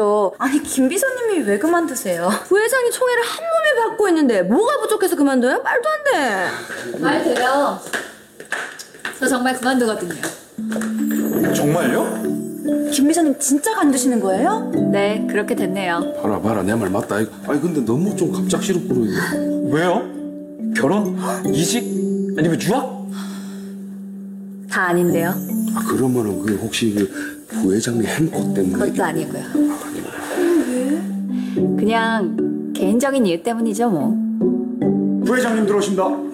거예요. 아니 김 비서님이 왜 그만두세요? 부회장이 총애를 한 몸에 받고 있는데 뭐가 부족해서 그만둬요? 말도 안 돼. 말 돼요. 저 정말 그만두거든요. 정말요? 김 비서님 진짜 간두시는 거예요? 네, 그렇게 됐네요. 봐라 봐라 내 말 맞다 이거. 아니 근데 너무 좀 갑작스럽고 그러네 왜요? 결혼? 이직? 아니면 유학? 다 아닌데요. 아 그러면은 그 혹시 그 부회장님 행꽃 때문에 그것도 아니고요. 음, 그냥 개인적인 일 때문이죠, 뭐. 부회장님 들어오신다.